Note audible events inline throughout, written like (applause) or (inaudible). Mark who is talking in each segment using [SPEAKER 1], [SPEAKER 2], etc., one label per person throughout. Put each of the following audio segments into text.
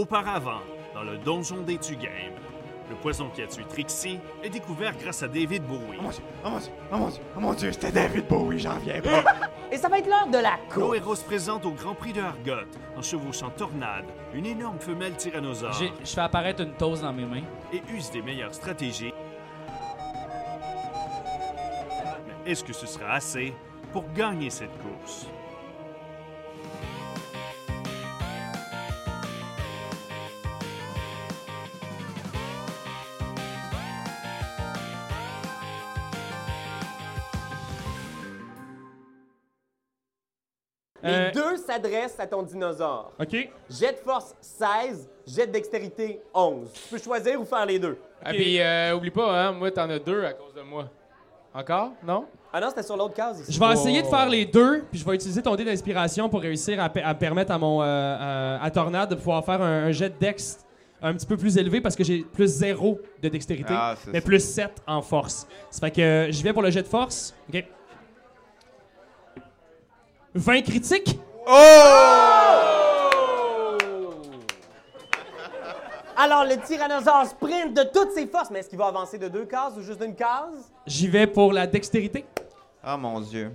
[SPEAKER 1] Auparavant, dans le donjon des Tugames, le poison qui a tué Trixie est découvert grâce à David Bowie.
[SPEAKER 2] Oh mon dieu, oh mon dieu, oh mon dieu, oh mon dieu, c'était David Bowie, j'en viens (laughs) pas.
[SPEAKER 3] Et ça va être l'heure de la course.
[SPEAKER 1] Loeros se présente au Grand Prix de Argot en chevauchant Tornade, une énorme femelle
[SPEAKER 4] Ah.
[SPEAKER 1] tyrannosaure,
[SPEAKER 5] J'ai- Je fais apparaître une toast dans mes mains.
[SPEAKER 1] et use des meilleures stratégies. Mais est-ce que ce sera assez pour gagner cette course?
[SPEAKER 5] Euh,
[SPEAKER 6] Les deux s'adressent à ton dinosaure.
[SPEAKER 5] Euh, OK.
[SPEAKER 6] Jet de force 16, jet de dextérité 11. Tu peux choisir ou faire les deux.
[SPEAKER 7] Ah, puis euh, oublie pas, hein, moi, t'en as deux à cause de moi. Encore? Non?
[SPEAKER 6] Ah non, c'était sur l'autre case ici.
[SPEAKER 8] Je vais essayer de faire les deux, puis je vais utiliser ton dé d'inspiration pour réussir à, pe- à permettre à mon euh, euh, à Tornade de pouvoir faire un, un jet de dex un petit peu plus élevé parce que j'ai plus zéro de dextérité,
[SPEAKER 2] Ah, c'est
[SPEAKER 8] mais
[SPEAKER 2] ça.
[SPEAKER 8] plus 7 en force. Ça fait que euh, je vais pour le jet de force. OK. 20 critiques?
[SPEAKER 6] Alors, le tyrannosaure sprint de toutes ses forces, mais est-ce qu'il va avancer de deux cases ou juste d'une case?
[SPEAKER 8] J'y vais pour la dextérité.
[SPEAKER 2] Ah mon dieu.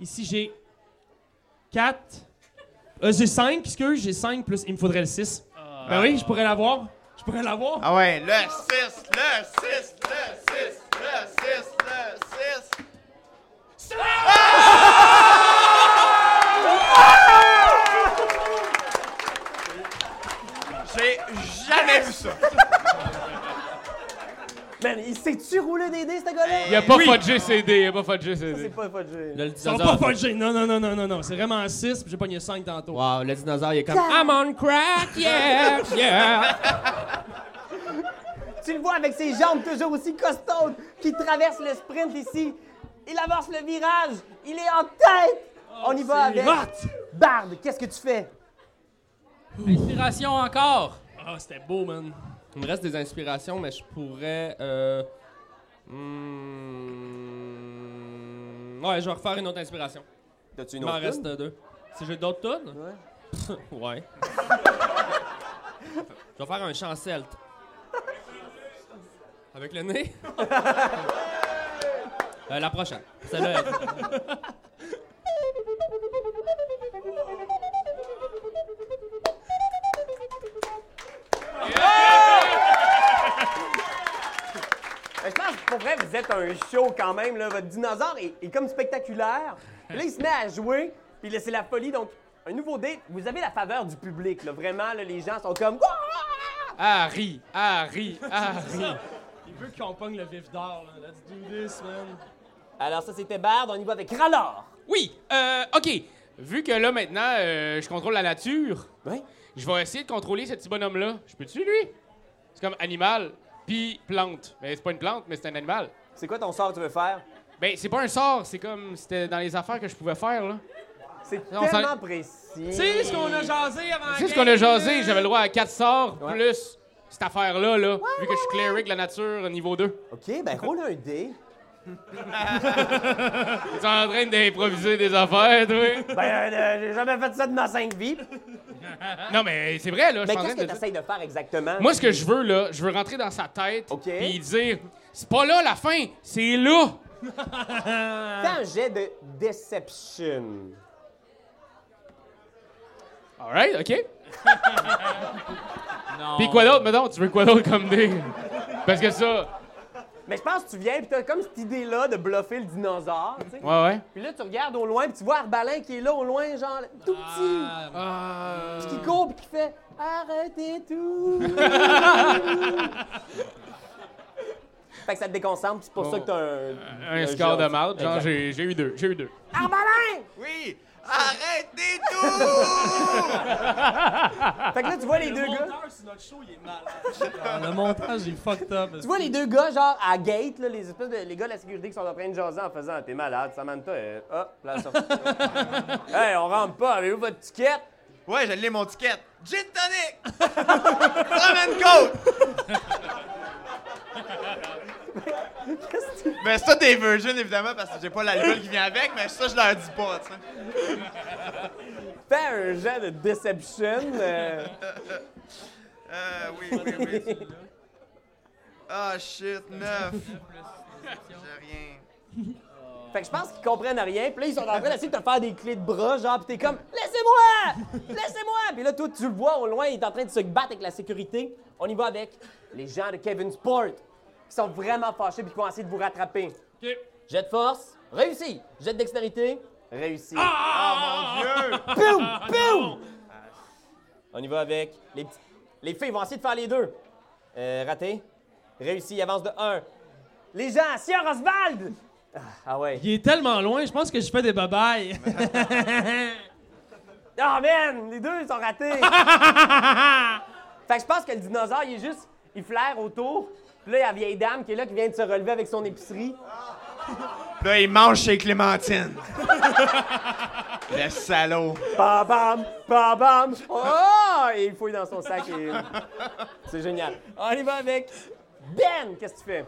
[SPEAKER 8] Ici, j'ai 4. j'ai 5, excuse, j'ai 5 plus il me faudrait le 6. Ben oui, je pourrais l'avoir. Je pourrais l'avoir.
[SPEAKER 2] Ah ouais, le 6, le 6, le 6, le 6, le 6. J'ai jamais vu ça.
[SPEAKER 6] Man, il s'est-tu roulé des dés, ce gars-là?
[SPEAKER 7] Il a pas fudgé ses dés, il a pas fudgé ses
[SPEAKER 6] C'est
[SPEAKER 7] dés.
[SPEAKER 6] pas fudgé.
[SPEAKER 5] Là, le
[SPEAKER 8] Ils sont
[SPEAKER 5] dinosaure.
[SPEAKER 8] pas fudgés. Non, non, non, non, non, non. C'est vraiment 6, j'ai pogné 5 tantôt.
[SPEAKER 5] Wow, le dinosaure, il est comme. I'm on crack, yeah, yeah.
[SPEAKER 6] Tu le vois avec ses jambes toujours aussi costaudes qui traverse le sprint ici. Il avance le virage. Il est en tête.
[SPEAKER 5] Oh,
[SPEAKER 6] On y va avec.
[SPEAKER 8] What?
[SPEAKER 6] Barbe, qu'est-ce que tu fais?
[SPEAKER 5] Inspiration encore.
[SPEAKER 8] Ah, c'était beau, man.
[SPEAKER 7] Il me reste des inspirations, mais je pourrais. Euh... hmm, Ouais, je vais refaire une autre inspiration.
[SPEAKER 6] T'as-tu
[SPEAKER 7] Il m'en reste deux. Si j'ai d'autres tonnes? Ouais. (laughs) ouais. je vais faire un chant celte. Avec le
[SPEAKER 8] (laughs)
[SPEAKER 7] nez? Euh, la prochaine. Celle-là. elle-
[SPEAKER 6] Ben, je pense que pour vrai, vous êtes un show quand même. Là. Votre dinosaure est, est comme spectaculaire. Puis là, il se met à jouer. Puis là, c'est la folie. Donc, un nouveau dé. Vous avez la faveur du public. Là. Vraiment, là, les gens sont comme. Wouah!
[SPEAKER 7] Harry, Harry, Harry.
[SPEAKER 8] Il veut qu'on pogne le vif d'or, là. Let's do this, man.
[SPEAKER 6] Alors, ça, c'était Barbe. On y va avec Ralor.
[SPEAKER 7] Oui, euh, OK. Vu que là, maintenant, euh, je contrôle la nature,
[SPEAKER 6] Oui.
[SPEAKER 7] je vais essayer de contrôler ce petit bonhomme-là. Je peux-tu, lui? C'est comme animal, puis plante. Mais c'est pas une plante, mais c'est un animal.
[SPEAKER 6] C'est quoi ton sort que tu veux faire?
[SPEAKER 7] Ben, c'est pas un sort, c'est comme c'était dans les affaires que je pouvais faire, là.
[SPEAKER 6] C'est
[SPEAKER 7] Non, ça-
[SPEAKER 6] tellement précis.
[SPEAKER 8] C'est ce qu'on a jasé avant
[SPEAKER 7] C'est ce qu'on a jasé, j'avais le droit à 4 sorts plus cette affaire-là, là, vu que je suis cleric de la nature niveau 2.
[SPEAKER 6] OK, ben roule un dé.
[SPEAKER 7] T'es en train d'improviser des affaires, toi?
[SPEAKER 6] Ben, euh, j'ai jamais fait ça de ma cinq vies.
[SPEAKER 7] non, mais c'est vrai, là, je
[SPEAKER 6] Mais
[SPEAKER 7] suis en train
[SPEAKER 6] Ben. qu'est-ce que
[SPEAKER 7] de...
[SPEAKER 6] tu essayes de faire exactement?
[SPEAKER 7] Moi, ce que je veux, là, je veux rentrer dans sa tête
[SPEAKER 6] OK.
[SPEAKER 7] et dire « C'est pas là la fin, c'est là!
[SPEAKER 6] Fais un jet de deception. »
[SPEAKER 7] Alright, (laughs) OK.
[SPEAKER 5] Non.
[SPEAKER 7] Puis quoi d'autre, mettons? Tu veux quoi d'autre comme dé? Parce que ça...
[SPEAKER 6] Mais je pense que tu viens, puis t'as comme cette idée-là de bluffer le dinosaure, tu sais.
[SPEAKER 7] Ouais, ouais.
[SPEAKER 6] Puis là, tu regardes au loin, puis tu vois Arbalin qui est là au loin, genre tout petit,
[SPEAKER 7] Ah, Euh,
[SPEAKER 6] puis qui court, puis qui fait Arrêtez
[SPEAKER 7] (laughs)
[SPEAKER 6] tout! fait que ça te déconcentre, puis c'est pour ça que t'as un.
[SPEAKER 7] Oh. Un score de marde, genre
[SPEAKER 6] Exact.
[SPEAKER 7] j'ai j'ai eu deux, j'ai eu deux.
[SPEAKER 6] Arbalin!
[SPEAKER 2] Oui, arrêtez tout.
[SPEAKER 6] (laughs) Fait que là, tu vois les deux gars.
[SPEAKER 8] sur notre show, il est malade. le montage, il est fucked up.
[SPEAKER 6] Tu vois les deux gars, genre, à gate, là, les espèces de, les gars de la sécurité qui sont en train de jaser en faisant T'es malade, Samantha, elle- hop, là, elle sort.
[SPEAKER 8] (laughs)
[SPEAKER 6] hey, on rentre pas, avez-vous votre ticket?
[SPEAKER 2] Ouais, je l'ai mon ticket. Gin tonic. (laughs) Rum and coke. Mais ça, des virgins, évidemment, parce que j'ai pas l'alcool qui vient avec, mais ça, je leur dis pas, tu sais.
[SPEAKER 6] Fais un jet de deception. euh,
[SPEAKER 2] Ah oui, oui, oui. (laughs) celui-là. Ah shit, neuf. J'ai rien.
[SPEAKER 6] Fait que je pense qu'ils comprennent rien. Puis là, ils sont en train d'essayer de te faire des clés de bras, genre, pis t'es comme « Laissez-moi! Laissez-moi! » Puis là, toi, tu le vois au loin, il est en train de se battre avec la sécurité. On y va avec les gens de Kevin Sport, qui sont vraiment fâchés puis qui vont essayer de vous rattraper.
[SPEAKER 7] OK.
[SPEAKER 6] Jet de force, réussi. Jet de dextérité, réussi.
[SPEAKER 2] Dieu!
[SPEAKER 6] (laughs) Poum! Poum! On y va avec les petits. Les filles vont essayer de faire les deux. Euh, raté. Réussi, il avance de 1. Les gens, Sir Oswald! Ah, ah ouais.
[SPEAKER 8] Il est tellement loin, je pense que je fais des babayes.
[SPEAKER 6] Ah man, les deux ils sont ratés. fait que je pense que le dinosaure, il est juste, il flaire autour. Puis là, il y a la vieille dame qui est là, qui vient de se relever avec son épicerie.
[SPEAKER 2] Là, il mange chez (laughs) Clémentine. Le salaud.
[SPEAKER 6] Bam, bam, bam, bam. Oh! Et il fouille dans son sac. et- C'est génial. On y va avec Ben. Qu'est-ce que tu fais?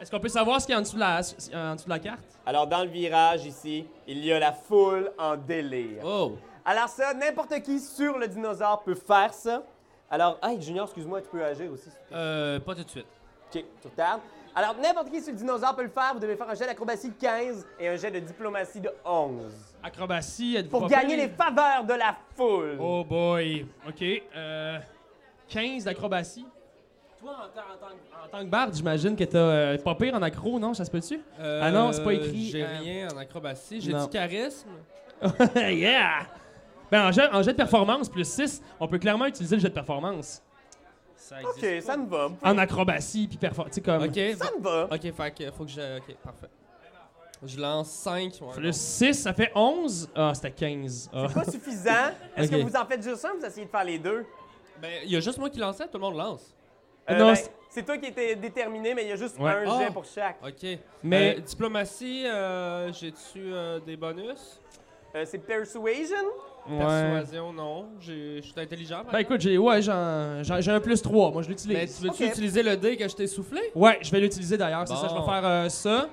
[SPEAKER 8] Est-ce qu'on peut savoir ce qu'il y a en dessous de la, en dessous de la carte?
[SPEAKER 6] Alors, dans le virage ici, il y a la foule en délire.
[SPEAKER 8] Oh.
[SPEAKER 6] Alors ça, n'importe qui sur le dinosaure peut faire ça. Alors, hey, Junior, excuse-moi, tu peux agir aussi. s'il te plaît.
[SPEAKER 4] Euh, pas tout de suite.
[SPEAKER 6] OK, tu retardes. Alors, n'importe qui sur le dinosaure peut le faire. Vous devez faire un jet d'acrobatie de 15 et un jet de diplomatie de 11
[SPEAKER 8] Acrobatie, êtes-vous
[SPEAKER 6] pour
[SPEAKER 8] pas
[SPEAKER 6] gagner
[SPEAKER 8] pire?
[SPEAKER 6] les faveurs de la foule.
[SPEAKER 8] ben, Oh boy. OK. euh, 15 d'acrobatie. Toi, en, tant- en tant- en tant que barde, j'imagine que t'as euh, pas pire en accro, non? Ça se peut-tu?
[SPEAKER 4] Euh,
[SPEAKER 8] Ah non, c'est pas écrit,
[SPEAKER 4] J'ai
[SPEAKER 8] euh,
[SPEAKER 4] rien en acrobatie. J'ai
[SPEAKER 8] non.
[SPEAKER 4] du charisme.
[SPEAKER 8] (laughs) yeah! Ben, en jet, en jet de performance, plus 6, on peut clairement utiliser le jet de performance.
[SPEAKER 4] Ça
[SPEAKER 6] OK,
[SPEAKER 4] existe.
[SPEAKER 6] ça me va.
[SPEAKER 8] En acrobatie, puis performance. Tu sais, comme...
[SPEAKER 4] OK.
[SPEAKER 6] Ça me va.
[SPEAKER 4] OK, fait que faut que je. OK, parfait. Je lance 5.
[SPEAKER 8] Plus 6, ça fait 11. Ah, c'était 15. Ah.
[SPEAKER 6] Pas
[SPEAKER 8] (laughs)
[SPEAKER 6] suffisant. Est-ce
[SPEAKER 8] OK.
[SPEAKER 6] que vous en faites juste un ou vous essayez de faire les deux?
[SPEAKER 4] Ben, il y a juste moi qui lançais, tout le monde lance.
[SPEAKER 6] Euh,
[SPEAKER 8] Non,
[SPEAKER 6] ben,
[SPEAKER 8] c'est-
[SPEAKER 6] c'est toi qui étais déterminé, mais il y a juste
[SPEAKER 8] Ouais. Oh.
[SPEAKER 6] un jet
[SPEAKER 4] Ah.
[SPEAKER 6] pour chaque.
[SPEAKER 4] OK.
[SPEAKER 8] Mais-
[SPEAKER 4] Mais. diplomatie, euh, j'ai-tu euh, des bonus?
[SPEAKER 6] Euh, c'est persuasion.
[SPEAKER 4] Euh,
[SPEAKER 8] Ouais.
[SPEAKER 4] Persuasion, non. J'ai- Je suis intelligent. par
[SPEAKER 8] Ben,
[SPEAKER 4] exemple.
[SPEAKER 8] écoute, j'ai ouais, j'en- j'en- j'ai un plus 3. Moi, je
[SPEAKER 4] Mais
[SPEAKER 8] l'utilise.
[SPEAKER 4] tu veux-tu
[SPEAKER 6] OK.
[SPEAKER 4] utiliser le dé que je t'ai soufflé?
[SPEAKER 8] Ouais, je vais l'utiliser d'ailleurs, c'est ça. Je vais
[SPEAKER 4] Bon.
[SPEAKER 8] faire euh, ça.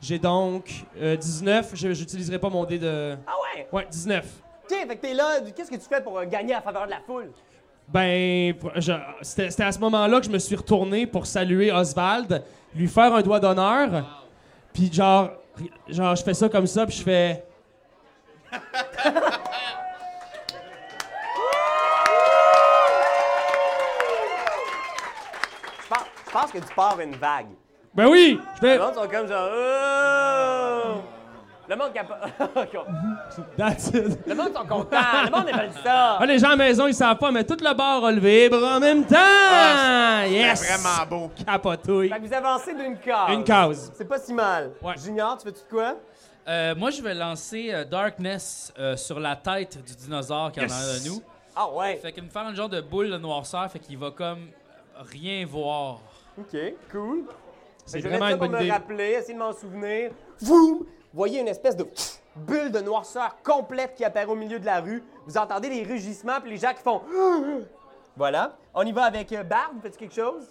[SPEAKER 8] J'ai donc euh, 19. Je n'utiliserai pas mon dé de.
[SPEAKER 6] Ah ouais.
[SPEAKER 8] Ouais, 19.
[SPEAKER 6] OK, fait que t'es là. Qu'est-ce que tu fais pour euh, gagner la faveur de la foule?
[SPEAKER 8] Ben, je- c'était c'était à ce moment-là que je me suis retourné pour saluer Oswald, lui faire un doigt d'honneur. Puis, genre, genre, je fais ça comme ça, puis je fais.
[SPEAKER 6] Je pense, je pense que tu pars une vague.
[SPEAKER 8] Ben oui! Je fais.
[SPEAKER 6] Le monde sont comme genre. Oh! Le monde capo- (laughs)
[SPEAKER 8] That's it.
[SPEAKER 6] Le monde sont contents. Le monde aime ça.
[SPEAKER 8] Ah, les gens à la maison, ils savent pas, mais tout le bar a levé les bras en même temps! yes!
[SPEAKER 2] Vraiment beau.
[SPEAKER 8] Capotouille.
[SPEAKER 6] Fait que vous avancez d'une case.
[SPEAKER 8] Une cause.
[SPEAKER 6] C'est pas si mal.
[SPEAKER 8] Ouais.
[SPEAKER 6] Junior, tu fais-tu de quoi?
[SPEAKER 4] Euh, moi, je vais lancer euh, Darkness euh, sur la tête du dinosaure qui est en arrière de nous.
[SPEAKER 6] Ah ouais.
[SPEAKER 4] Fait qu'il me fait un genre de boule de noirceur, fait qu'il va comme rien voir.
[SPEAKER 6] OK, cool.
[SPEAKER 8] C'est
[SPEAKER 6] Fait que je vais mettre
[SPEAKER 8] vraiment une
[SPEAKER 6] ça pour
[SPEAKER 8] bonne idée.
[SPEAKER 6] me rappeler, essayer de m'en souvenir. Vous voyez une espèce de bulle de noirceur complète qui apparaît au milieu de la rue. Vous entendez les rugissements puis les gens qui font. (gasps) Voilà. On y va avec euh, Barbe. Fais-tu quelque chose?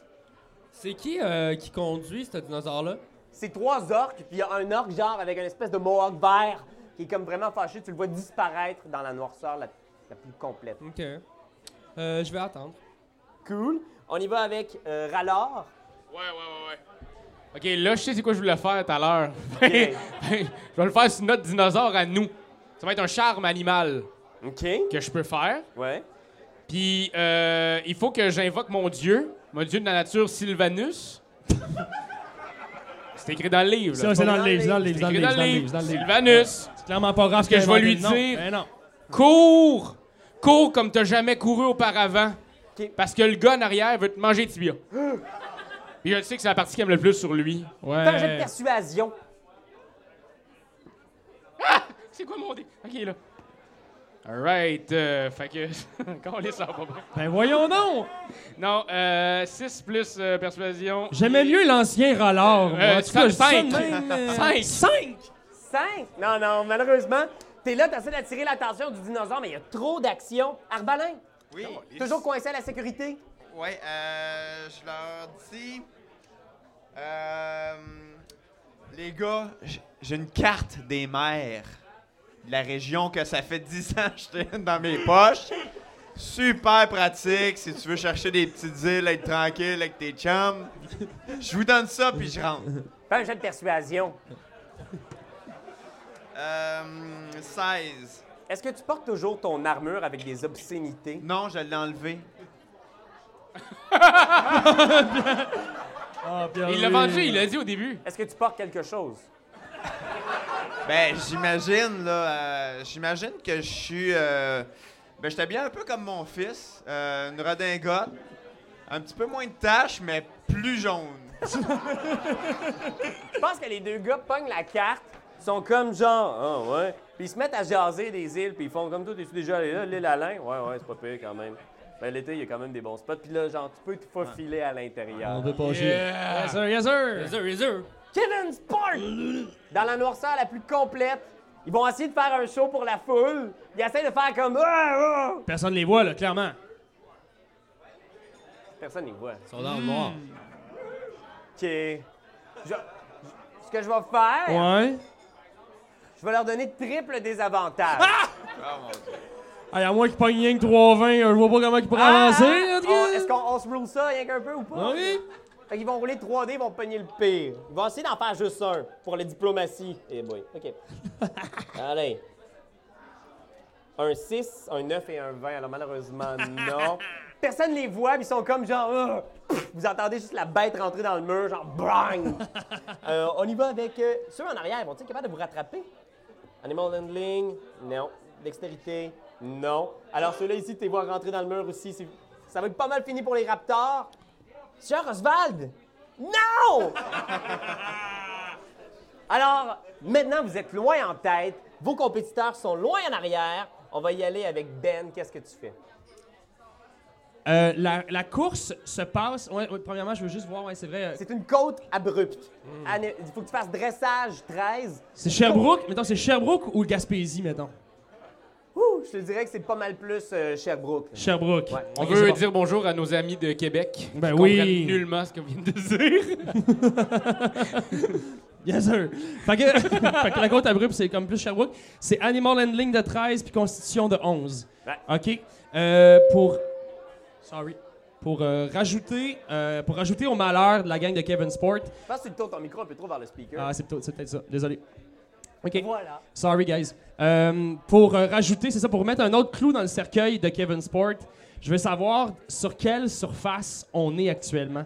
[SPEAKER 4] C'est qui euh, qui conduit ce dinosaure-là?
[SPEAKER 6] C'est trois orques, puis il y a un orque genre avec une espèce de mohawk vert qui est comme vraiment fâché. Tu le vois disparaître dans la noirceur la, la plus complète.
[SPEAKER 4] Ok. Euh, je vais attendre.
[SPEAKER 6] Cool. On y va avec euh, Rallor.
[SPEAKER 7] Ouais, ouais, ouais, ouais. OK, là, je sais c'est quoi je voulais faire tout à l'heure. (laughs) Ben,
[SPEAKER 6] OK.
[SPEAKER 7] je vais le faire sur notre dinosaure à nous. Ça va être un charme animal
[SPEAKER 6] OK.
[SPEAKER 7] que je peux faire.
[SPEAKER 6] Ouais.
[SPEAKER 7] Puis, euh, il faut que j'invoque mon dieu, mon dieu de la nature, Sylvanus. (laughs) c'est écrit dans le livre. là.
[SPEAKER 8] Ça, c'est dans le livre, c'est dans le livre,
[SPEAKER 7] C'est
[SPEAKER 8] c'est dans le
[SPEAKER 7] écrit
[SPEAKER 8] livre, c'est dans le livre, c'est dans le livre.
[SPEAKER 7] Sylvanus,
[SPEAKER 8] C'est clairement pas grave
[SPEAKER 7] que je vais lui
[SPEAKER 8] Non,
[SPEAKER 7] dire.
[SPEAKER 8] ben non.
[SPEAKER 7] cours! Cours comme t'as jamais couru auparavant.
[SPEAKER 6] OK.
[SPEAKER 7] Parce que le gars en arrière veut te manger le tibia. Puis je sais que c'est la partie qu'il aime le plus sur lui.
[SPEAKER 6] Fais un jet
[SPEAKER 7] Euh.
[SPEAKER 6] de
[SPEAKER 8] Ouais.
[SPEAKER 6] persuasion.
[SPEAKER 7] C'est quoi mon dé? Ok, là. Alright, euh, fait que. (laughs) Quand on les sort pas bien.
[SPEAKER 8] Ben voyons donc!
[SPEAKER 7] Non, euh, 6 plus euh, persuasion.
[SPEAKER 8] J'aimais mieux l'ancien Rollard.
[SPEAKER 7] Euh,
[SPEAKER 8] moi. En tout cas, je dis ça
[SPEAKER 7] cinq.
[SPEAKER 8] de même, euh,
[SPEAKER 7] Cinq.
[SPEAKER 8] Cinq!
[SPEAKER 6] Cinq? Non, non, malheureusement. T'es là, t'essaies d'attirer l'attention du dinosaure, mais il y a trop d'action. Arbalin,
[SPEAKER 2] Oui.
[SPEAKER 6] toujours coincé à la sécurité.
[SPEAKER 2] Ouais, euh, je leur dis. Euh, les gars, j- j'ai une carte des mères. la région que ça fait 10 ans que j'étais dans mes poches. Super pratique si tu veux chercher des petites îles, être tranquille avec tes chums. Je vous donne ça, puis je rentre.
[SPEAKER 6] Fais un jet de persuasion.
[SPEAKER 2] Euh, 16.
[SPEAKER 6] Est-ce que tu portes toujours ton armure avec des obscénités?
[SPEAKER 2] Non, je l'ai enlevé.
[SPEAKER 7] Il l'a vendu, il l'a dit au début.
[SPEAKER 6] Est-ce que tu portes quelque chose?
[SPEAKER 2] Ben, j'imagine, là. euh, j'imagine que je suis. euh, ben, j'étais bien un peu comme mon fils. euh, une redingote. Un petit peu moins de taches, mais plus jaune.
[SPEAKER 6] Je pense que les deux gars pognent la carte, sont comme genre, ah ouais. Puis ils se mettent à jaser des îles, puis ils font comme tout, es-tu déjà allé là, l'île Alain? Ouais, ouais, c'est pas pire quand même. Ben, l'été, il y a quand même des bons spots. Puis là, genre, tu peux te faufiler à l'intérieur.
[SPEAKER 8] On veut pas chier. Yes, sir, yes, sir.
[SPEAKER 4] Razor, razor.
[SPEAKER 6] Kevin Spark! Dans la noirceur la plus complète, ils vont essayer de faire un show pour la foule. Ils essaient de faire comme, ah, ah.
[SPEAKER 8] Personne les voit, là, clairement.
[SPEAKER 6] Personne n'y voit.
[SPEAKER 4] Ils sont dans le noir.
[SPEAKER 8] Hmm.
[SPEAKER 6] OK. Je- je- ce que je vais faire,
[SPEAKER 8] Ouais.
[SPEAKER 6] je vais leur donner triple désavantage.
[SPEAKER 8] Ah! Hey, à moins qu'ils pognent rien que 3-20, euh, je vois pas comment ils pourraient
[SPEAKER 6] Ah,
[SPEAKER 8] avancer,
[SPEAKER 6] ah,
[SPEAKER 8] en tout
[SPEAKER 6] on-
[SPEAKER 8] cas.
[SPEAKER 6] Est-ce qu'on on se roule ça rien qu'un peu ou pas?
[SPEAKER 8] Ah Oui.
[SPEAKER 6] Fait qu'ils vont rouler 3D, ils vont pogner le pire. Ils vont essayer d'en faire juste un pour la diplomatie. Eh boy, OK. Allez. Un 6, un 9 et un 20. Alors malheureusement, non. Personne les voit, mais ils sont comme genre... Ah! Pff! Vous entendez juste la bête rentrer dans le mur, genre... Brang! Euh, on y va avec... euh, ceux en arrière, vont-ils être capables de vous rattraper? Animal handling, non. Dextérité, non. Alors ceux-là ici, tu les vois rentrer dans le mur aussi. c'est- Ça va être pas mal fini pour les raptors. Sir Oswald! Non! Alors, maintenant, vous êtes loin en tête. Vos compétiteurs sont loin en arrière. On va y aller avec Ben. Qu'est-ce que tu fais?
[SPEAKER 8] Euh, la, la course se passe. Ouais, ouais, premièrement, je veux juste voir, ouais, c'est vrai. euh,
[SPEAKER 6] C'est une côte abrupte. Anne- Il faut que tu fasses dressage 13.
[SPEAKER 8] C'est Sherbrooke? Mettons, c'est Sherbrooke ou Gaspésie, mettons?
[SPEAKER 6] Ouh, je te dirais que c'est pas mal plus euh, Sherbrooke.
[SPEAKER 8] Sherbrooke.
[SPEAKER 6] Ouais.
[SPEAKER 7] On
[SPEAKER 8] Ok,
[SPEAKER 7] veut
[SPEAKER 8] c'est bon.
[SPEAKER 7] dire bonjour à nos amis de Québec.
[SPEAKER 8] Ben
[SPEAKER 7] qui
[SPEAKER 8] oui.
[SPEAKER 7] comprennent nullement ce qu'on vient de dire.
[SPEAKER 8] Yes, sir. (laughs) Fait que, fait que la côte abrupte, c'est comme plus Sherbrooke. C'est Animal Handling de 13 puis Constitution de 11.
[SPEAKER 6] Ouais.
[SPEAKER 8] OK. Euh, pour. Sorry. Pour, euh, rajouter, euh, pour rajouter au malheur de la gang de Kevin Sport.
[SPEAKER 6] Je pense que tu tournes ton micro un peu trop vers le speaker.
[SPEAKER 8] Ah, c'est peut- c'est peut-être ça. Désolé. OK.
[SPEAKER 6] Voilà.
[SPEAKER 8] Sorry, guys. Euh, pour euh, rajouter, c'est ça, pour mettre un autre clou dans le cercueil de Kevin Sport, je veux savoir sur quelle surface on est actuellement.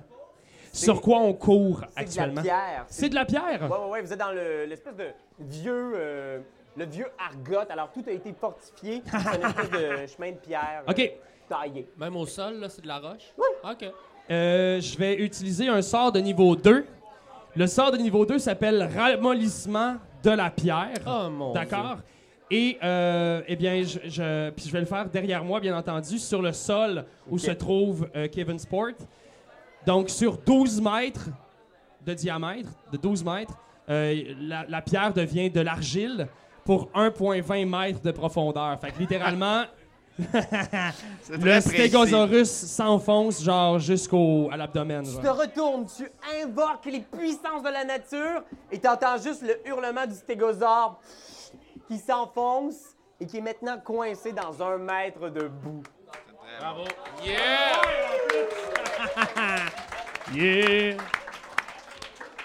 [SPEAKER 8] Sur quoi on court
[SPEAKER 6] C'est de la
[SPEAKER 8] actuellement.
[SPEAKER 6] pierre.
[SPEAKER 8] C'est de la pierre?
[SPEAKER 6] Ouais, ouais, ouais, vous êtes dans le- l'espèce de vieux. euh, le vieux argote. Alors, tout a été
[SPEAKER 8] (laughs)
[SPEAKER 6] fortifié. C'est un espèce de chemin de pierre. euh,
[SPEAKER 8] OK.
[SPEAKER 6] Taillé.
[SPEAKER 4] Même au sol, là, c'est de la roche?
[SPEAKER 6] Oui.
[SPEAKER 4] OK.
[SPEAKER 8] Euh, je vais utiliser un sort de niveau 2. Le sort de niveau 2 s'appelle Ramollissement de la pierre.
[SPEAKER 4] Oh, mon
[SPEAKER 8] D'accord? Et, euh, eh bien, je, je- puis je vais le faire derrière moi, bien entendu, sur le sol où se trouve euh, Kevin Sport. Donc, sur 12 mètres de diamètre, de 12 mètres, euh, la, la pierre devient de l'argile pour 1,20 mètres de profondeur. Fait
[SPEAKER 4] (laughs)
[SPEAKER 8] que littéralement,
[SPEAKER 2] C'est très
[SPEAKER 8] le
[SPEAKER 2] précis.
[SPEAKER 8] stégosaurus s'enfonce, genre, jusqu'au à l'abdomen.
[SPEAKER 6] Tu
[SPEAKER 8] genre.
[SPEAKER 6] te retournes, tu invoques les puissances de la nature et t'entends juste le hurlement du stégosaure qui s'enfonce et qui est maintenant coincé dans un mètre de boue.
[SPEAKER 7] Yeah!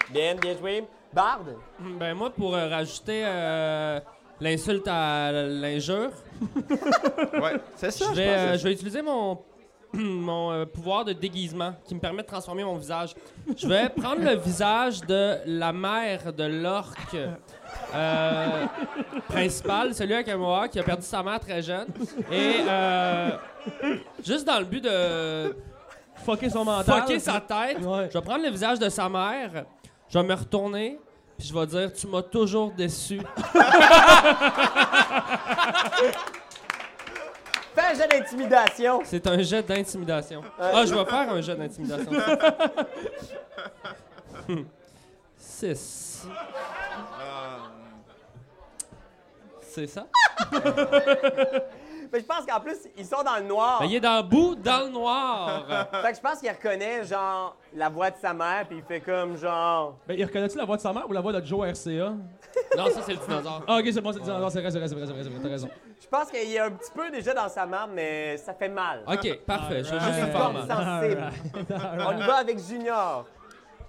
[SPEAKER 6] Bien, bien joué. Bard,
[SPEAKER 4] Ben, moi, pour euh, rajouter euh, l'insulte à l'injure,
[SPEAKER 2] Ouais, c'est ça,
[SPEAKER 4] je
[SPEAKER 2] je
[SPEAKER 4] vais,
[SPEAKER 2] pense.
[SPEAKER 4] euh, je vais utiliser mon, (clears throat) mon euh, pouvoir de déguisement qui me permet de transformer mon visage. Je
[SPEAKER 8] (laughs)
[SPEAKER 4] vais prendre le visage de la mère de l'orque euh, principale, celui avec un mohawk qui a perdu sa mère très jeune. Et euh, juste dans le but de
[SPEAKER 8] Fucker son mental.
[SPEAKER 4] fucker sa tête,
[SPEAKER 8] Ouais.
[SPEAKER 4] je vais prendre le visage de sa mère, je vais me retourner, puis je vais dire Tu m'as toujours déçu.
[SPEAKER 6] fais un jeu d'intimidation.
[SPEAKER 4] C'est un jet d'intimidation. Ah, je vais faire un jet d'intimidation. 6. C'est ça?
[SPEAKER 6] Mais je pense qu'en plus, ils sont dans le noir.
[SPEAKER 4] Ben, il est dans le bout, dans le noir.
[SPEAKER 6] Fait que je pense qu'il reconnaît, genre, la voix de sa mère, puis il fait comme, genre...
[SPEAKER 8] Ben, il reconnaît-tu la voix de sa mère ou la voix de Joe RCA?
[SPEAKER 7] Non, ça, c'est le
[SPEAKER 9] (laughs)
[SPEAKER 7] dinosaure.
[SPEAKER 8] Ah, ok, c'est bon, c'est non, non, c'est vrai, c'est vrai, c'est vrai, c'est vrai, c'est vrai, t'as raison.
[SPEAKER 6] Je pense qu'il y a un petit peu déjà dans sa marde, mais ça fait mal.
[SPEAKER 8] Ah,
[SPEAKER 7] OK, parfait. Je vais
[SPEAKER 6] C'est
[SPEAKER 7] juste
[SPEAKER 6] une
[SPEAKER 7] le
[SPEAKER 6] corde
[SPEAKER 7] faire, man.
[SPEAKER 6] sensible. On y va avec Junior.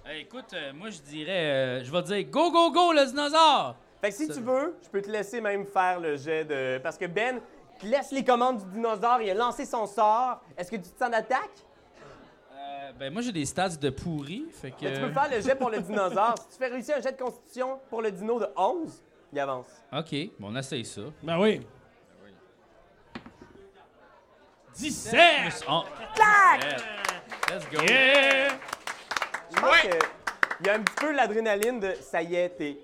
[SPEAKER 9] Euh, écoute, euh, moi, je dirais... euh, je vais dire go, go, go, le dinosaure!
[SPEAKER 6] Fait que si tu veux, je peux te laisser même faire le jet de. Parce que Ben te laisse les commandes du dinosaure, il a lancé son sort. Est-ce que tu te sens d'attaque?
[SPEAKER 9] Euh, ben, moi, j'ai des stats de pourri, fait que...
[SPEAKER 6] Mais (laughs)
[SPEAKER 4] Euh.
[SPEAKER 6] Tu peux faire le jet pour le dinosaure. si tu fais réussir un jet de constitution pour le dino de 11, il avance.
[SPEAKER 9] OK, bon, on essaye ça.
[SPEAKER 8] Ben oui. 17!
[SPEAKER 9] Plus on- Let's go!
[SPEAKER 6] Je pense que il y a un petit peu l'adrénaline de ça y est, t'es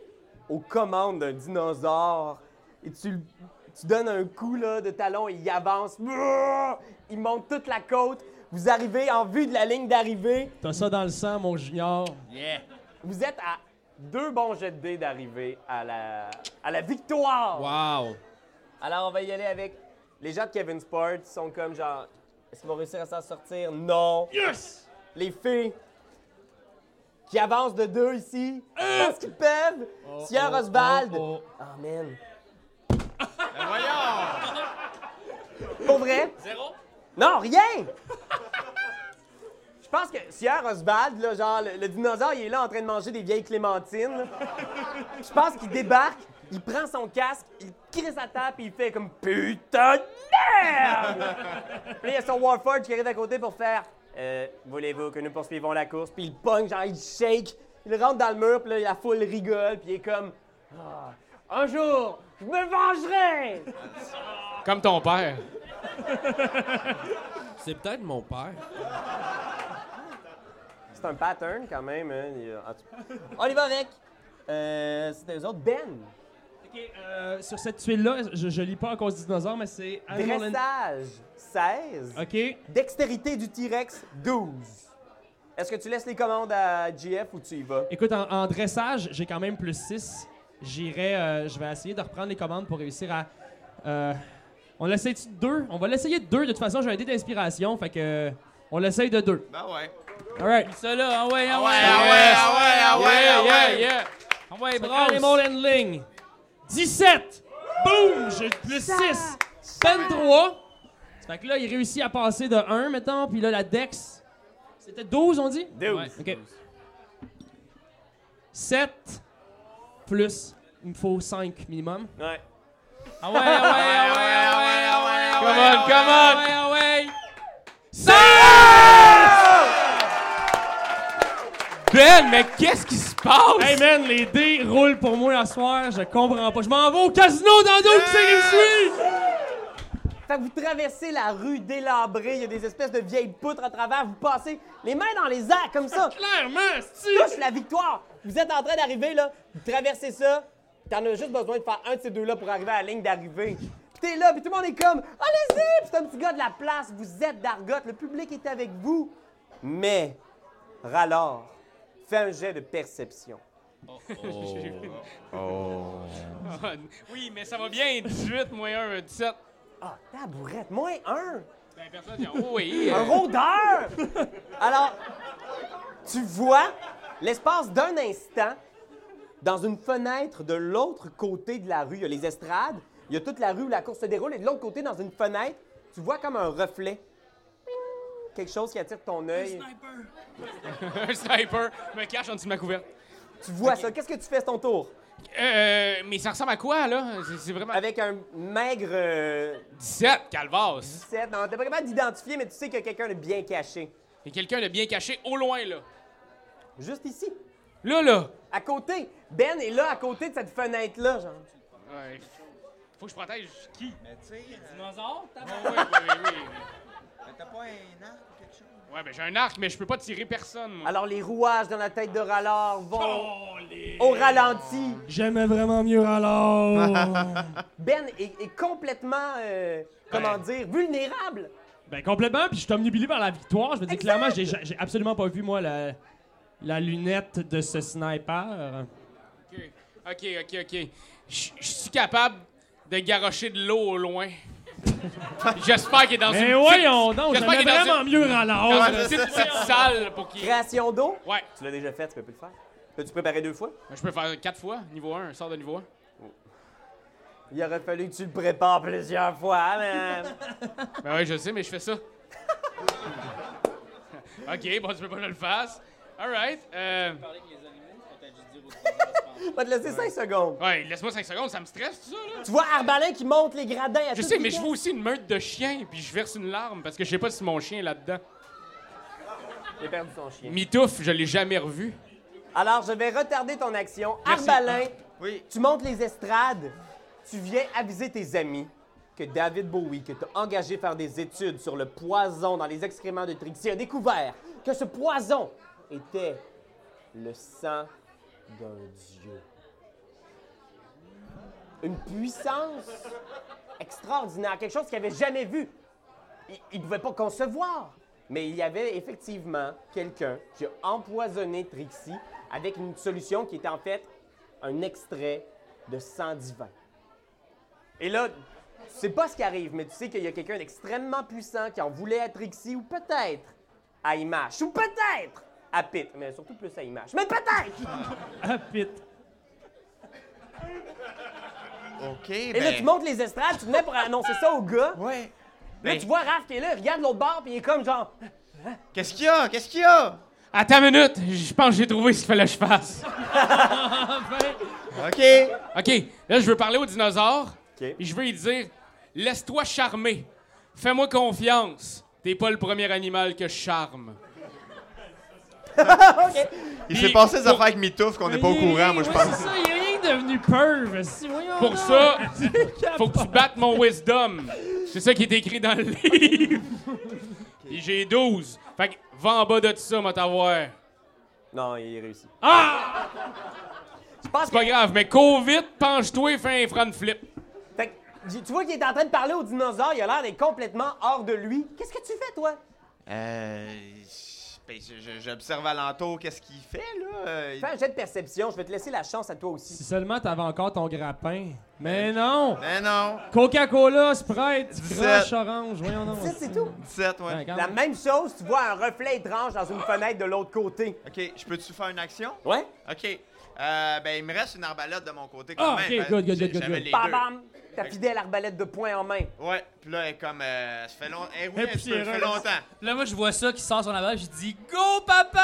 [SPEAKER 6] aux commandes d'un dinosaure et tu, le- tu donnes un coup là, de talon et il avance. Brrr! Il monte toute la côte. Vous arrivez en vue de la ligne d'arrivée.
[SPEAKER 8] T'as ça dans le sang, mon junior.
[SPEAKER 9] Yeah!
[SPEAKER 6] Vous êtes à deux bons jets de dés d'arriver à la, à la victoire.
[SPEAKER 7] (laughs) Wow.
[SPEAKER 6] Alors, on va y aller avec les gens de Kevin Sport. Ils sont comme genre, est-ce qu'ils vont réussir à s'en sortir? Non. Yes! Les filles qui avancent de deux ici. Est-ce qu'ils peuvent? Sierra Oswald. Ah, Amen. Ben voyons! Pour vrai? Zéro? Non, rien! Je pense que Sierra Oswald, là, genre, le, le dinosaure, il est là en train de manger des vieilles clémentines. là. Je pense qu'il débarque, il prend son casque, il crie sa table et il fait comme Putain de merde! Puis là, il y a son Warford qui arrive à côté pour faire euh, Voulez-vous que nous poursuivons la course? Puis il pogne, genre, il shake, il rentre dans le mur, puis là, la foule rigole, puis il est comme Ah, Un jour, je me vengerai!
[SPEAKER 7] Comme ton père.
[SPEAKER 4] C'est peut-être mon père.
[SPEAKER 6] C'est un pattern quand même. hein, il y a- en tout- On y va avec. Euh, C'était eux autres, Ben.
[SPEAKER 8] Ok, euh, sur cette tuile-là, je, je lis pas à cause du dinosaure, mais c'est. Animal and-
[SPEAKER 6] Dressage 16.
[SPEAKER 8] Ok.
[SPEAKER 6] Dextérité du T-Rex 12. Est-ce que tu laisses les commandes à GF ou tu y vas?
[SPEAKER 8] Écoute, en, en dressage, j'ai quand même plus 6. J'irai. euh, je vais essayer de reprendre les commandes pour réussir à. euh, on l'essaye de deux? On va l'essayer de deux. De toute façon, j'ai un dé d'inspiration, fait que. euh, On l'essaye de deux.
[SPEAKER 2] Ben ouais.
[SPEAKER 8] Alright.
[SPEAKER 9] Ça, là, ah ouais, ah ouais!
[SPEAKER 2] ah ouais, ah ouais,
[SPEAKER 7] Yeah, yeah.
[SPEAKER 9] Ah ouais, brasse!
[SPEAKER 8] Animal Handling. 17! Boum! J'ai plus 6. 23. Fait que là, il réussit à passer de 1, mettons. Puis là, la Dex. C'était 12, on dit?
[SPEAKER 9] Ouais.
[SPEAKER 8] Ok. 7 plus. Il me faut 5 minimum.
[SPEAKER 6] Ouais.
[SPEAKER 9] Ah ouais, ah ouais, ah ouais, ah ouais, ah ouais, ah ouais!
[SPEAKER 7] Come on, come on.
[SPEAKER 9] Ah ouais, ah ouais!
[SPEAKER 7] Ben, mais qu'est-ce qui se passe?
[SPEAKER 8] Hey man, les dés roulent pour moi à soir, je comprends pas. Je m'en vais au casino dans deux, qui c'est qui me suit?
[SPEAKER 6] Fait que vous traversez la rue délabrée, il y a des espèces de vieilles poutres à travers, vous passez les mains dans les airs comme ça.
[SPEAKER 8] Clairement,
[SPEAKER 6] Touche la victoire! Vous êtes en train d'arriver là, vous traversez ça, t'en as juste besoin de faire un de ces deux-là pour arriver à la ligne d'arrivée. Puis t'es là, puis tout le monde est comme Allez-y! Puis c'est un petit gars de la place, vous êtes d'argote, le public est avec vous. Mais, Ralor, fais un jet de perception.
[SPEAKER 7] Oui, mais ça va bien. 18 moins 1, 17.
[SPEAKER 6] Ah, tabourette, moins un!
[SPEAKER 7] Ben, personne dit, oh (laughs) oui.
[SPEAKER 6] Un rôdeur! (laughs) Alors, tu vois, l'espace d'un instant, dans une fenêtre de l'autre côté de la rue, il y a les estrades, il y a toute la rue où la course se déroule, et de l'autre côté, dans une fenêtre, tu vois comme un reflet. Ping! Quelque chose qui attire ton œil.
[SPEAKER 7] Un sniper me cache en dessous de ma couverte.
[SPEAKER 6] Tu vois ça. Qu'est-ce que tu fais à ton tour?
[SPEAKER 7] Euh, mais ça ressemble à quoi, là? C'est- C'est vraiment.
[SPEAKER 6] Avec un maigre euh,
[SPEAKER 7] 17, Calvas.
[SPEAKER 6] 17. Non, t'es pas capable d'identifier, mais tu sais qu'il y a quelqu'un de bien caché.
[SPEAKER 7] Il y a quelqu'un de bien caché au loin, là.
[SPEAKER 6] Juste ici,
[SPEAKER 7] Là, là.
[SPEAKER 6] à côté. Ben est là, à côté de cette fenêtre-là, genre.
[SPEAKER 7] Ouais. Faut que je protège qui?
[SPEAKER 2] Mais tu sais, euh,
[SPEAKER 9] Dinosaure, t'as-
[SPEAKER 7] Oui, oui, oui.
[SPEAKER 2] mais t'as pas un arc ou quelque chose?
[SPEAKER 7] Ouais, ben j'ai un arc, mais je peux pas tirer personne, moi.
[SPEAKER 6] Alors les rouages dans la tête de Rallard vont au ralenti.
[SPEAKER 8] J'aimais vraiment
[SPEAKER 7] (laughs)
[SPEAKER 8] mieux alors.
[SPEAKER 6] Ben est, est complètement, euh, comment dire, vulnérable.
[SPEAKER 8] ben complètement, puis je suis omnibulé par la victoire. Je veux dire,
[SPEAKER 6] Exact.
[SPEAKER 8] clairement, j'ai- j'ai absolument pas vu, moi, la, la lunette de ce sniper.
[SPEAKER 7] Ok, ok, ok. ok. Je je suis capable de garrocher de l'eau au loin. J'espère qu'il est dans une petite-
[SPEAKER 8] Mais Ben, voyons donc,
[SPEAKER 7] J'espère
[SPEAKER 8] j'aimais
[SPEAKER 7] qu'il est dans
[SPEAKER 8] vraiment
[SPEAKER 7] une-
[SPEAKER 8] mieux alors.
[SPEAKER 7] dans une petite, petite salle pour qu'il.
[SPEAKER 6] Création d'eau.
[SPEAKER 7] Ouais.
[SPEAKER 6] Tu l'as déjà fait, tu peux plus le faire. T'as-tu préparé deux fois?
[SPEAKER 7] Je peux faire quatre fois, niveau 1, sort de niveau 1.
[SPEAKER 6] Il aurait fallu que tu le prépares plusieurs fois, hein, mais... (laughs)
[SPEAKER 7] Ben oui, je sais, mais je fais ça. (laughs) ok, bon, tu peux pas que je le fasse. Alright. Euh,
[SPEAKER 6] Va te laisser cinq secondes.
[SPEAKER 7] ouais, laisse-moi 5 secondes, ça me stresse, tout ça, là.
[SPEAKER 6] Tu vois Arbalin qui monte les gradins à
[SPEAKER 7] Je sais, mais je vois aussi une meute de chiens, puis je verse une larme parce que je sais pas si mon chien est là-dedans.
[SPEAKER 6] J'ai perdu son chien.
[SPEAKER 7] Mitouf, je l'ai jamais revu.
[SPEAKER 6] Alors, je vais retarder ton action.
[SPEAKER 7] Merci.
[SPEAKER 6] Arbalin,
[SPEAKER 2] Oui.
[SPEAKER 6] tu montes les estrades, tu viens aviser tes amis que David Bowie, que tu as engagé faire des études sur le poison dans les excréments de Trixie, a découvert que ce poison était le sang d'un dieu. Une puissance extraordinaire, quelque chose qu'il n'avait jamais vu. Il ne pouvait pas concevoir. Mais il y avait effectivement quelqu'un qui a empoisonné Trixie avec une solution qui était en fait un extrait de sang divin. Et là, tu sais pas ce qui arrive, mais tu sais qu'il y a quelqu'un d'extrêmement puissant qui en voulait à Trixie ou peut-être à Image, ou peut-être à Pit, mais surtout plus à Image. Mais peut-être!
[SPEAKER 8] Ah, pit.
[SPEAKER 2] OK, ben
[SPEAKER 6] Et
[SPEAKER 7] Ben.
[SPEAKER 6] là, tu montes les estrades, tu venais pour annoncer ça au gars.
[SPEAKER 2] Ouais.
[SPEAKER 6] Là,
[SPEAKER 2] Ben,
[SPEAKER 6] tu vois Raph qui est là, il regarde l'autre bord, puis il est comme genre...
[SPEAKER 2] Qu'est-ce qu'il y a? Qu'est-ce qu'il y a?
[SPEAKER 7] Attends une minute, je pense que j'ai trouvé ce qu'il fallait que je fasse.
[SPEAKER 2] OK.
[SPEAKER 7] OK, là, je veux parler au dinosaure.
[SPEAKER 6] OK.
[SPEAKER 7] Et je veux lui dire Laisse-toi charmer. Fais-moi confiance. T'es pas le premier animal que je charme.
[SPEAKER 2] Il
[SPEAKER 7] Puis-
[SPEAKER 2] s'est passé des
[SPEAKER 7] pour-
[SPEAKER 2] affaires avec Mitouf qu'on n'est pas au courant, moi, je pense.
[SPEAKER 8] ça, il est rien devenu peur. Si, voyons
[SPEAKER 7] Pour
[SPEAKER 8] donc.
[SPEAKER 7] ça, faut que tu battes mon wisdom. C'est ça qui est écrit dans le livre. Et j'ai 12. Fait que va en bas de ça, m'a t'avoir.
[SPEAKER 6] Non, il réussit.
[SPEAKER 7] Ah!
[SPEAKER 6] Je pense
[SPEAKER 7] C'est pas grave, mais cours vite, penche-toi et fais un front flip.
[SPEAKER 6] Fait que, tu vois qu'il est en train de parler au dinosaure, il a l'air d'être complètement hors de lui. Qu'est-ce que tu fais, toi?
[SPEAKER 2] Euh. ben, je- je- J'observe alentour qu'est-ce qu'il fait, là. euh,
[SPEAKER 6] Fais un jet de perception, je vais te laisser la chance à toi
[SPEAKER 8] Si
[SPEAKER 6] aussi.
[SPEAKER 8] seulement t'avais encore ton grappin. Mais non!
[SPEAKER 2] Ben non.
[SPEAKER 8] Coca-Cola, Sprite,
[SPEAKER 2] Dix-sept.
[SPEAKER 8] Groche Orange, voyons donc.
[SPEAKER 6] Ça, c'est tout.
[SPEAKER 2] 17, ouais.
[SPEAKER 8] Ouais, quand
[SPEAKER 6] La
[SPEAKER 8] même.
[SPEAKER 6] même chose, tu vois un reflet étrange dans une fenêtre de l'autre côté.
[SPEAKER 2] OK, je peux-tu faire une action?
[SPEAKER 6] Ouais?
[SPEAKER 2] OK. Euh, ben, il me reste une arbalète de mon côté quand
[SPEAKER 8] Ah,
[SPEAKER 2] même.
[SPEAKER 8] OK,
[SPEAKER 2] parce
[SPEAKER 8] good, good,
[SPEAKER 2] que
[SPEAKER 8] good,
[SPEAKER 2] j'avais
[SPEAKER 8] good.
[SPEAKER 2] les
[SPEAKER 6] Bam
[SPEAKER 2] deux.
[SPEAKER 6] bam! Ta fidèle arbalète de poing en main.
[SPEAKER 2] Ouais, puis là, elle est comme. Euh, ça fait long... elle rouille
[SPEAKER 8] Et
[SPEAKER 2] un petit peu,
[SPEAKER 8] puis,
[SPEAKER 2] ça fait
[SPEAKER 8] elle-
[SPEAKER 2] longtemps.
[SPEAKER 9] Là, moi, je vois ça qui sort son aval, je dis Go, papa!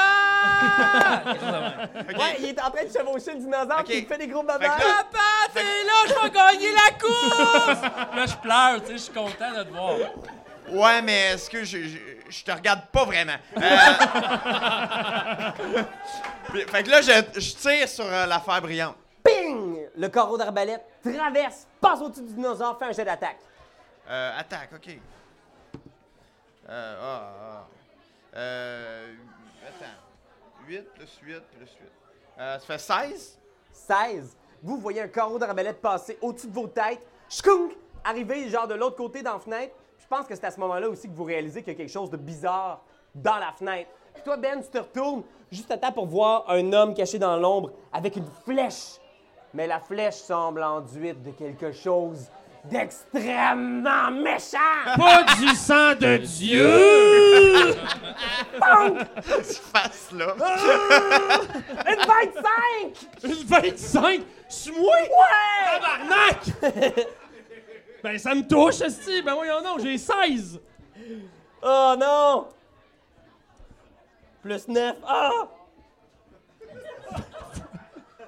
[SPEAKER 9] Quelque chose de même.
[SPEAKER 2] OK.
[SPEAKER 6] Ouais, il est en train de chevaucher le dinosaure,
[SPEAKER 2] Ok.
[SPEAKER 6] puis il fait des gros
[SPEAKER 2] Fait
[SPEAKER 6] babas.
[SPEAKER 2] que là-
[SPEAKER 9] Papa, t'es Ah, là, je vais gagner la course! là, je pleure, tu sais, je suis content de te voir.
[SPEAKER 2] Ouais, mais est-ce que je, je, je te regarde pas vraiment? Euh,
[SPEAKER 8] (laughs)
[SPEAKER 2] (laughs) Puis- fait que là, je, je tire sur euh, l'affaire brillante.
[SPEAKER 6] Ping! Le carreau d'arbalète traverse, passe au-dessus du dinosaure, fait un jet d'attaque.
[SPEAKER 2] Euh, attaque, ok. Euh, ah, ah. Euh, attends. 8 plus 8 plus 8. Euh, ça fait 16?
[SPEAKER 6] 16, vous voyez un carreau d'arbalète passer au-dessus de vos têtes, Shkunk! arriver genre de l'autre côté dans la fenêtre. Je pense que c'est à ce moment-là aussi que vous réalisez qu'il y a quelque chose de bizarre dans la fenêtre. Puis toi, Ben, tu te retournes juste à temps pour voir un homme caché dans l'ombre avec une flèche. Mais la flèche semble enduite de quelque chose d'extrêmement méchant.
[SPEAKER 8] Pas du sang de Dieu!
[SPEAKER 2] Face là.
[SPEAKER 6] Une 25!
[SPEAKER 8] Une 25! C'est moi? Ouais! Tabarnak! ben, ça me touche, esti! Ben voyons donc, j'ai 16!
[SPEAKER 6] Oh non! Plus 9. Ah!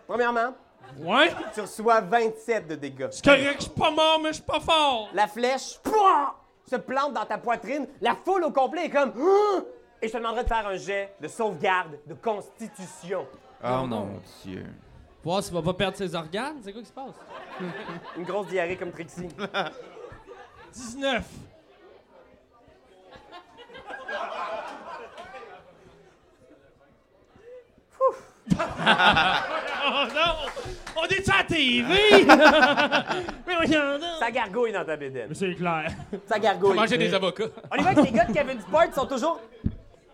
[SPEAKER 6] Premièrement,
[SPEAKER 8] Ouais?
[SPEAKER 6] Tu reçois 27 de dégâts.
[SPEAKER 8] C'est correct, je suis pas mort, mais je suis pas fort!
[SPEAKER 6] La flèche pouah, se plante dans ta poitrine. La foule au complet est comme. Ah Et je te demanderai de faire un jet de sauvegarde de constitution.
[SPEAKER 2] Oh mon dieu.
[SPEAKER 4] Voir s'il va pas perdre ses organes, c'est quoi qui se passe?
[SPEAKER 6] Une grosse diarrhée comme Trixie.
[SPEAKER 8] 19! (laughs) oh non! On est à TV! mais voyons donc!
[SPEAKER 6] Ça gargouille dans ta bédaine.
[SPEAKER 8] C'est clair. (laughs)
[SPEAKER 6] Ça gargouille.
[SPEAKER 7] Manger des avocats.
[SPEAKER 6] On y va que les gars de Kevin Sport sont toujours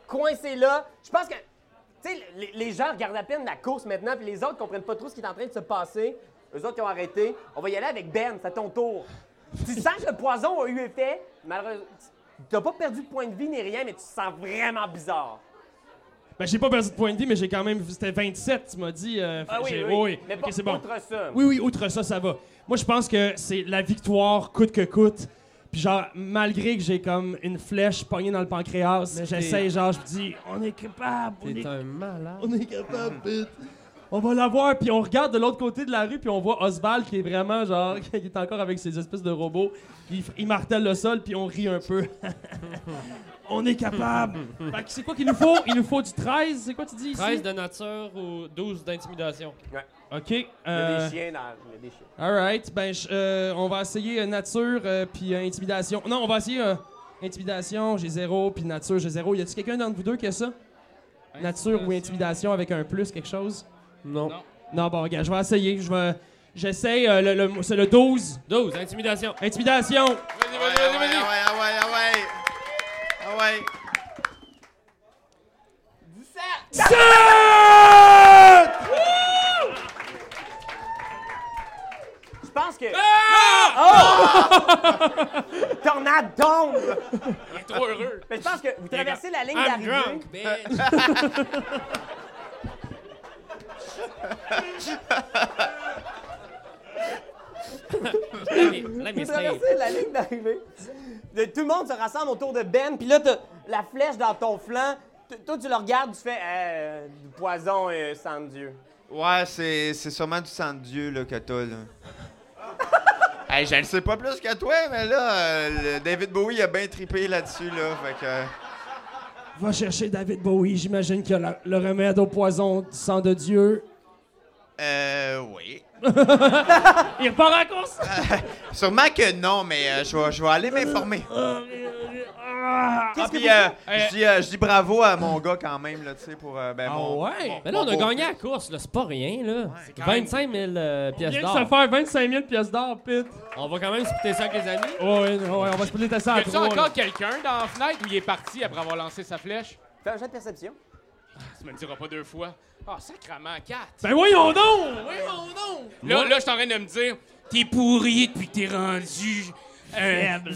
[SPEAKER 6] coincés là. Je pense que. Tu sais, les, les gens regardent à peine la course maintenant, puis les autres comprennent pas trop ce qui est en train de se passer. Eux autres qui ont arrêté. On va y aller avec Ben, c'est à ton tour. Tu sens que le poison a eu effet. Malheureusement, t'as pas perdu de point de vie ni rien, mais tu te sens vraiment bizarre.
[SPEAKER 8] Ben, j'ai pas besoin de point de vie, mais j'ai quand même. C'était 27, tu m'as dit. euh,
[SPEAKER 6] Ah oui,
[SPEAKER 8] j'ai-
[SPEAKER 6] oui,
[SPEAKER 8] oui.
[SPEAKER 6] Mais
[SPEAKER 8] Ok,
[SPEAKER 6] pas
[SPEAKER 8] c'est bon.
[SPEAKER 6] outre ça.
[SPEAKER 8] Oui, oui, outre ça, ça va. Moi, je pense que c'est la victoire coûte que coûte. Puis genre, malgré que j'ai comme une flèche pognée dans le pancréas,
[SPEAKER 4] Mais
[SPEAKER 8] j'essaie,
[SPEAKER 4] t'es-
[SPEAKER 8] genre, je me dis, on est capable, on
[SPEAKER 4] T'es
[SPEAKER 8] est,
[SPEAKER 4] un malade.
[SPEAKER 8] on est capable,
[SPEAKER 6] Hmm.
[SPEAKER 8] pute. On va l'avoir, puis on regarde de l'autre côté de la rue, puis on voit Oswald qui est vraiment genre, (laughs) qui est encore avec ses espèces de robots, il, il martèle le sol, puis on rit un peu. (laughs) on
[SPEAKER 6] (laughs)
[SPEAKER 8] est capable! Fait que c'est quoi qu'il nous faut? Il nous faut du 13, c'est quoi tu dis ici?
[SPEAKER 4] 13 de nature ou 12 d'intimidation.
[SPEAKER 8] Ok.
[SPEAKER 6] Il y a
[SPEAKER 8] Euh,
[SPEAKER 6] des chiens dans. Il y a des chiens.
[SPEAKER 8] Alright, ben je- euh, on va essayer euh, nature euh, puis euh, intimidation. Non, on va essayer euh, intimidation, j'ai zéro, puis nature, j'ai zéro. Y a-t-il quelqu'un d'entre vous deux qui a ça? Nature ou intimidation avec un plus, quelque chose?
[SPEAKER 4] Non.
[SPEAKER 8] Non, bon, regarde, je vais essayer. Je vais. J'essaye euh, le, le- c'est le 12.
[SPEAKER 4] 12, intimidation.
[SPEAKER 8] Intimidation!
[SPEAKER 4] Vas-y,
[SPEAKER 2] Ah ouais, ah ouais, ah ouais, ah ouais. Ah ouais.
[SPEAKER 8] 7!
[SPEAKER 6] Je pense que.
[SPEAKER 8] Ah!
[SPEAKER 6] Oh! (laughs) Tornade tombe!
[SPEAKER 7] Il est trop heureux.
[SPEAKER 6] Mais je pense que vous traversez la ligne
[SPEAKER 7] I'm
[SPEAKER 6] d'arrivée.
[SPEAKER 7] drunk, bitch.
[SPEAKER 4] Let
[SPEAKER 6] Vous
[SPEAKER 4] me save.
[SPEAKER 6] traversez la ligne (laughs) d'arrivée. De- Tout le monde se rassemble autour de Ben, puis là, t'as la flèche dans ton flanc. T- Toi, tu le regardes, tu fais euh, du poison euh, sans Dieu.
[SPEAKER 2] Ouais, c'est, c'est sûrement du sang de Dieu là, que t'as.
[SPEAKER 4] (laughs)
[SPEAKER 2] Là. hey, je le sais pas plus que toi, mais là, euh, le David Bowie il a bien tripé là-dessus. Là, fait que, euh,
[SPEAKER 8] Va chercher David Bowie, j'imagine qu'il y a la- le remède au poison du sang de Dieu.
[SPEAKER 2] euh, oui.
[SPEAKER 8] Il repart en course!
[SPEAKER 2] Sûrement que non, mais euh, je vais- je vais aller m'informer.
[SPEAKER 8] Euh,
[SPEAKER 2] Ah, puis euh, je dis, euh, je dis bravo à mon gars quand même, là, tu sais, pour. euh, ben,
[SPEAKER 8] Ah
[SPEAKER 2] mon-
[SPEAKER 8] ouais!
[SPEAKER 4] Mais là, on a
[SPEAKER 2] Bon,
[SPEAKER 4] gagné
[SPEAKER 2] bon.
[SPEAKER 4] la course, là. C'est pas rien, là.
[SPEAKER 7] quand même-
[SPEAKER 4] 25 000 euh,
[SPEAKER 8] Il
[SPEAKER 4] pièces
[SPEAKER 8] vient de se
[SPEAKER 4] d'or.
[SPEAKER 8] faire 25 000 pièces d'or, pit!
[SPEAKER 4] On va quand même splitter ça avec les amis.
[SPEAKER 8] Ouais, ouais, ouais, on va se poser ta ça
[SPEAKER 7] Y
[SPEAKER 8] à
[SPEAKER 7] a-tu
[SPEAKER 8] trois. là.
[SPEAKER 7] encore quelqu'un dans la fenêtre où il est parti après avoir lancé sa flèche?
[SPEAKER 6] Fais un jet de perception.
[SPEAKER 7] Tu me le diras pas deux fois. Ah, sacrement, 4.
[SPEAKER 8] Ben voyons donc!
[SPEAKER 7] Là, là, je suis en train de me dire, t'es pourri depuis que t'es rendu. faible.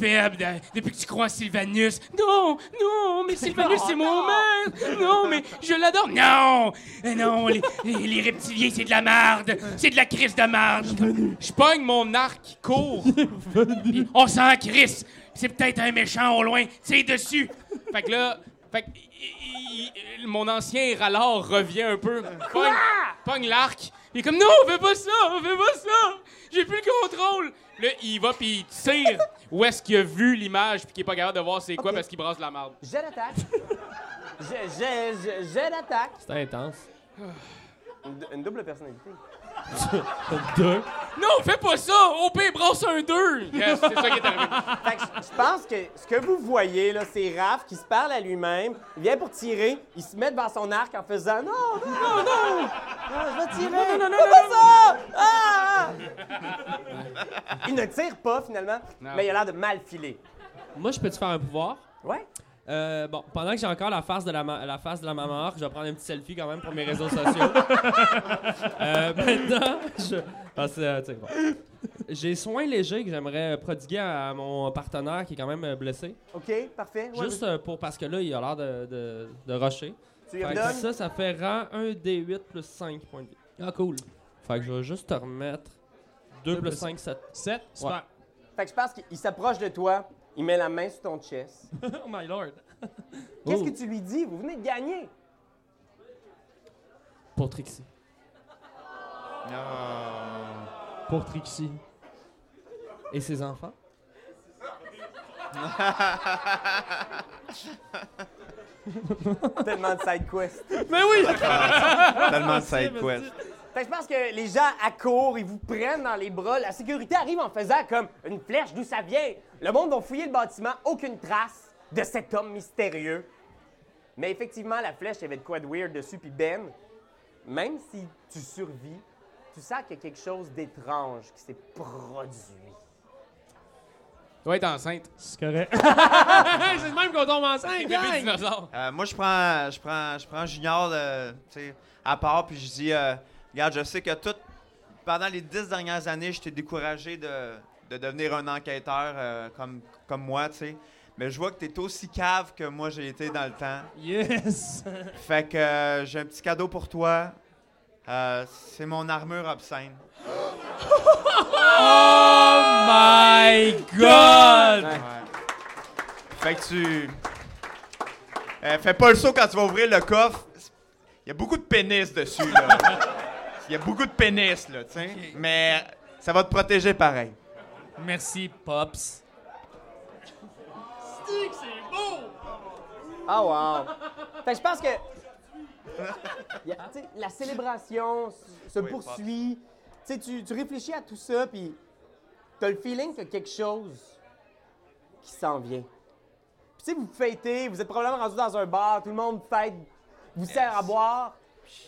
[SPEAKER 7] Faible, euh, depuis que tu crois à Sylvanus. Non, non, mais Sylvanus, c'est mon maître. Non, mais je l'adore. Non, euh, non, les, les- les reptiliens, c'est de la marde. C'est de la crise de marde. Je pogne mon arc qui court. Puis on s'en crisse. C'est peut-être un méchant au loin. C'est dessus. Fait que là, fait que, il- il- il- mon ancien ralard revient un peu. Pogne, pogne l'arc. Il est comme non, fais pas ça, fais pas ça. J'ai plus le contrôle. Là, il va puis il tire. Où est-ce qu'il a vu l'image puis qu'il est pas capable de voir c'est quoi parce qu'il brasse de la merde.
[SPEAKER 6] Jet d'attaque. Jet- jet- jet- Jet d'attaque.
[SPEAKER 4] C'est intense.
[SPEAKER 6] Une, dou- une double personnalité.
[SPEAKER 7] Non, fais pas ça. Au pire, brasse un 2. c'est ça qui est arrivé.
[SPEAKER 6] Fait que je- je pense que ce que vous voyez, là, c'est Raph qui se parle à lui-même. Il vient pour tirer. Il se met devant son arc en faisant Non, non, non, non! Ah, je vais tirer! Non, non, non, non! pas ça! Ah! Il ne tire pas, finalement, mais il a l'air de mal filer.
[SPEAKER 4] Moi, je peux te faire un pouvoir?
[SPEAKER 6] Ouais?
[SPEAKER 4] Euh, bon, pendant que j'ai encore la face de la, ma- la face de la maman orque, je vais prendre un petit selfie quand même pour mes réseaux
[SPEAKER 8] (laughs)
[SPEAKER 4] sociaux. Euh, maintenant, je. parce que, euh, tu sais, bon. J'ai soin léger que j'aimerais euh, prodiguer à mon partenaire qui est quand même euh, blessé.
[SPEAKER 6] OK, parfait. Ouais,
[SPEAKER 4] Juste euh, pour parce que là, il a l'air de, de, de rusher.
[SPEAKER 6] Tu lui
[SPEAKER 4] Fait que
[SPEAKER 6] redonnes?
[SPEAKER 4] ça, ça fait rang 1 D8 plus 5 points de vie. Ah, cool. Fait que je vais juste te remettre 2 plus 5, 7.
[SPEAKER 8] 7, super.
[SPEAKER 6] Fait que je pense qu'il s'approche de toi. Il met la main sur ton chest.
[SPEAKER 8] Oh my lord.
[SPEAKER 6] Qu'est-ce
[SPEAKER 4] Oh.
[SPEAKER 6] que tu lui dis? Vous venez de
[SPEAKER 4] (laughs)
[SPEAKER 6] gagner.
[SPEAKER 4] Pour Trixie.
[SPEAKER 2] Ah,
[SPEAKER 8] Pour Trixie.
[SPEAKER 4] Et ses enfants?
[SPEAKER 6] Tellement de side quest.
[SPEAKER 8] Ah,
[SPEAKER 2] Tellement de side quest.
[SPEAKER 6] Fait que Ben, je pense que les gens accourent, ils vous prennent dans les bras. La sécurité arrive en faisant comme une flèche d'où ça vient. Le monde va fouiller le bâtiment, aucune trace de cet homme mystérieux. Mais effectivement, la flèche, il y avait de quoi de weird dessus. Puis Ben, même si tu survis, tu sens qu'il y a quelque chose d'étrange qui s'est produit.
[SPEAKER 7] Doit être enceinte.
[SPEAKER 8] C'est correct. (laughs) c'est le même qu'on tombe enceinte,
[SPEAKER 7] Bébé
[SPEAKER 8] gang!
[SPEAKER 7] dinosaure.
[SPEAKER 2] Euh, moi, je prends, je prends, je prends Junior euh, tu sais, à part, puis je dis euh, Regarde, je sais que tout, pendant les dix dernières années, je t'ai découragé de, de devenir un enquêteur euh, comme, comme moi, tu sais. Mais je vois que t'es aussi cave que moi j'ai été dans le temps.
[SPEAKER 8] Yes!
[SPEAKER 2] Fait que euh, j'ai un petit cadeau pour toi. Euh, c'est mon armure obscène.
[SPEAKER 9] Oh my god!
[SPEAKER 2] Ouais. Fait que tu. Euh, fais pas le saut quand tu vas ouvrir le coffre. Il y a beaucoup de pénis dessus, là. Il y a beaucoup de pénis, là, tu sais. Mais ça va te protéger pareil.
[SPEAKER 9] Merci, Pops.
[SPEAKER 6] Ah, wow! Fait que je pense que. (laughs) Y a- tu sais, la célébration se- se
[SPEAKER 2] Oui,
[SPEAKER 6] poursuit. Tu sais, Tu, tu réfléchis à tout ça, puis t'as le feeling qu'il y a quelque chose qui s'en vient. Puis tu sais, vous fêtez, vous êtes probablement rendu dans un bar, tout le monde fête, vous sert à boire,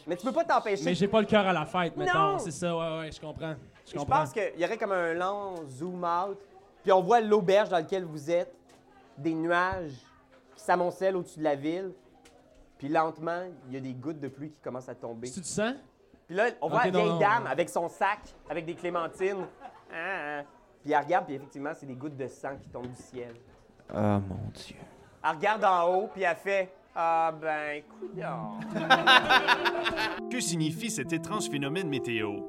[SPEAKER 6] mais tu peux pas t'empêcher.
[SPEAKER 8] Mais j'ai pas le cœur à la fête,
[SPEAKER 6] Non!
[SPEAKER 8] mettons. C'est ça, ouais, ouais, je comprends. Je
[SPEAKER 6] Je
[SPEAKER 8] comprends.
[SPEAKER 6] pense qu'il y aurait comme un lent zoom out, puis on voit l'auberge dans laquelle vous êtes, des nuages qui s'amoncellent au-dessus de la ville, puis lentement, il y a des gouttes de pluie qui commencent à tomber.
[SPEAKER 8] Tu te sens?
[SPEAKER 6] Puis là, on voit
[SPEAKER 8] Ok,
[SPEAKER 6] la vieille
[SPEAKER 8] non, non,
[SPEAKER 6] dame
[SPEAKER 8] non.
[SPEAKER 6] avec son sac, avec des clémentines. Ah, ah. Puis elle regarde, puis effectivement, c'est des gouttes de sang qui tombent du ciel.
[SPEAKER 2] Oh mon Dieu.
[SPEAKER 6] Elle regarde en haut, puis elle fait Ah ben, coudonc.
[SPEAKER 1] Que signifie cet étrange phénomène météo?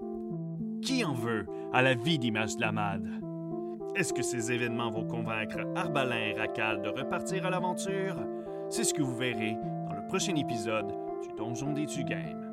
[SPEAKER 1] Qui en veut à la vie d'Image de la Mad? Est-ce que ces événements vont convaincre Arbalin et Racal de repartir à l'aventure? C'est ce que vous verrez dans le prochain épisode du Donjon des Tugames.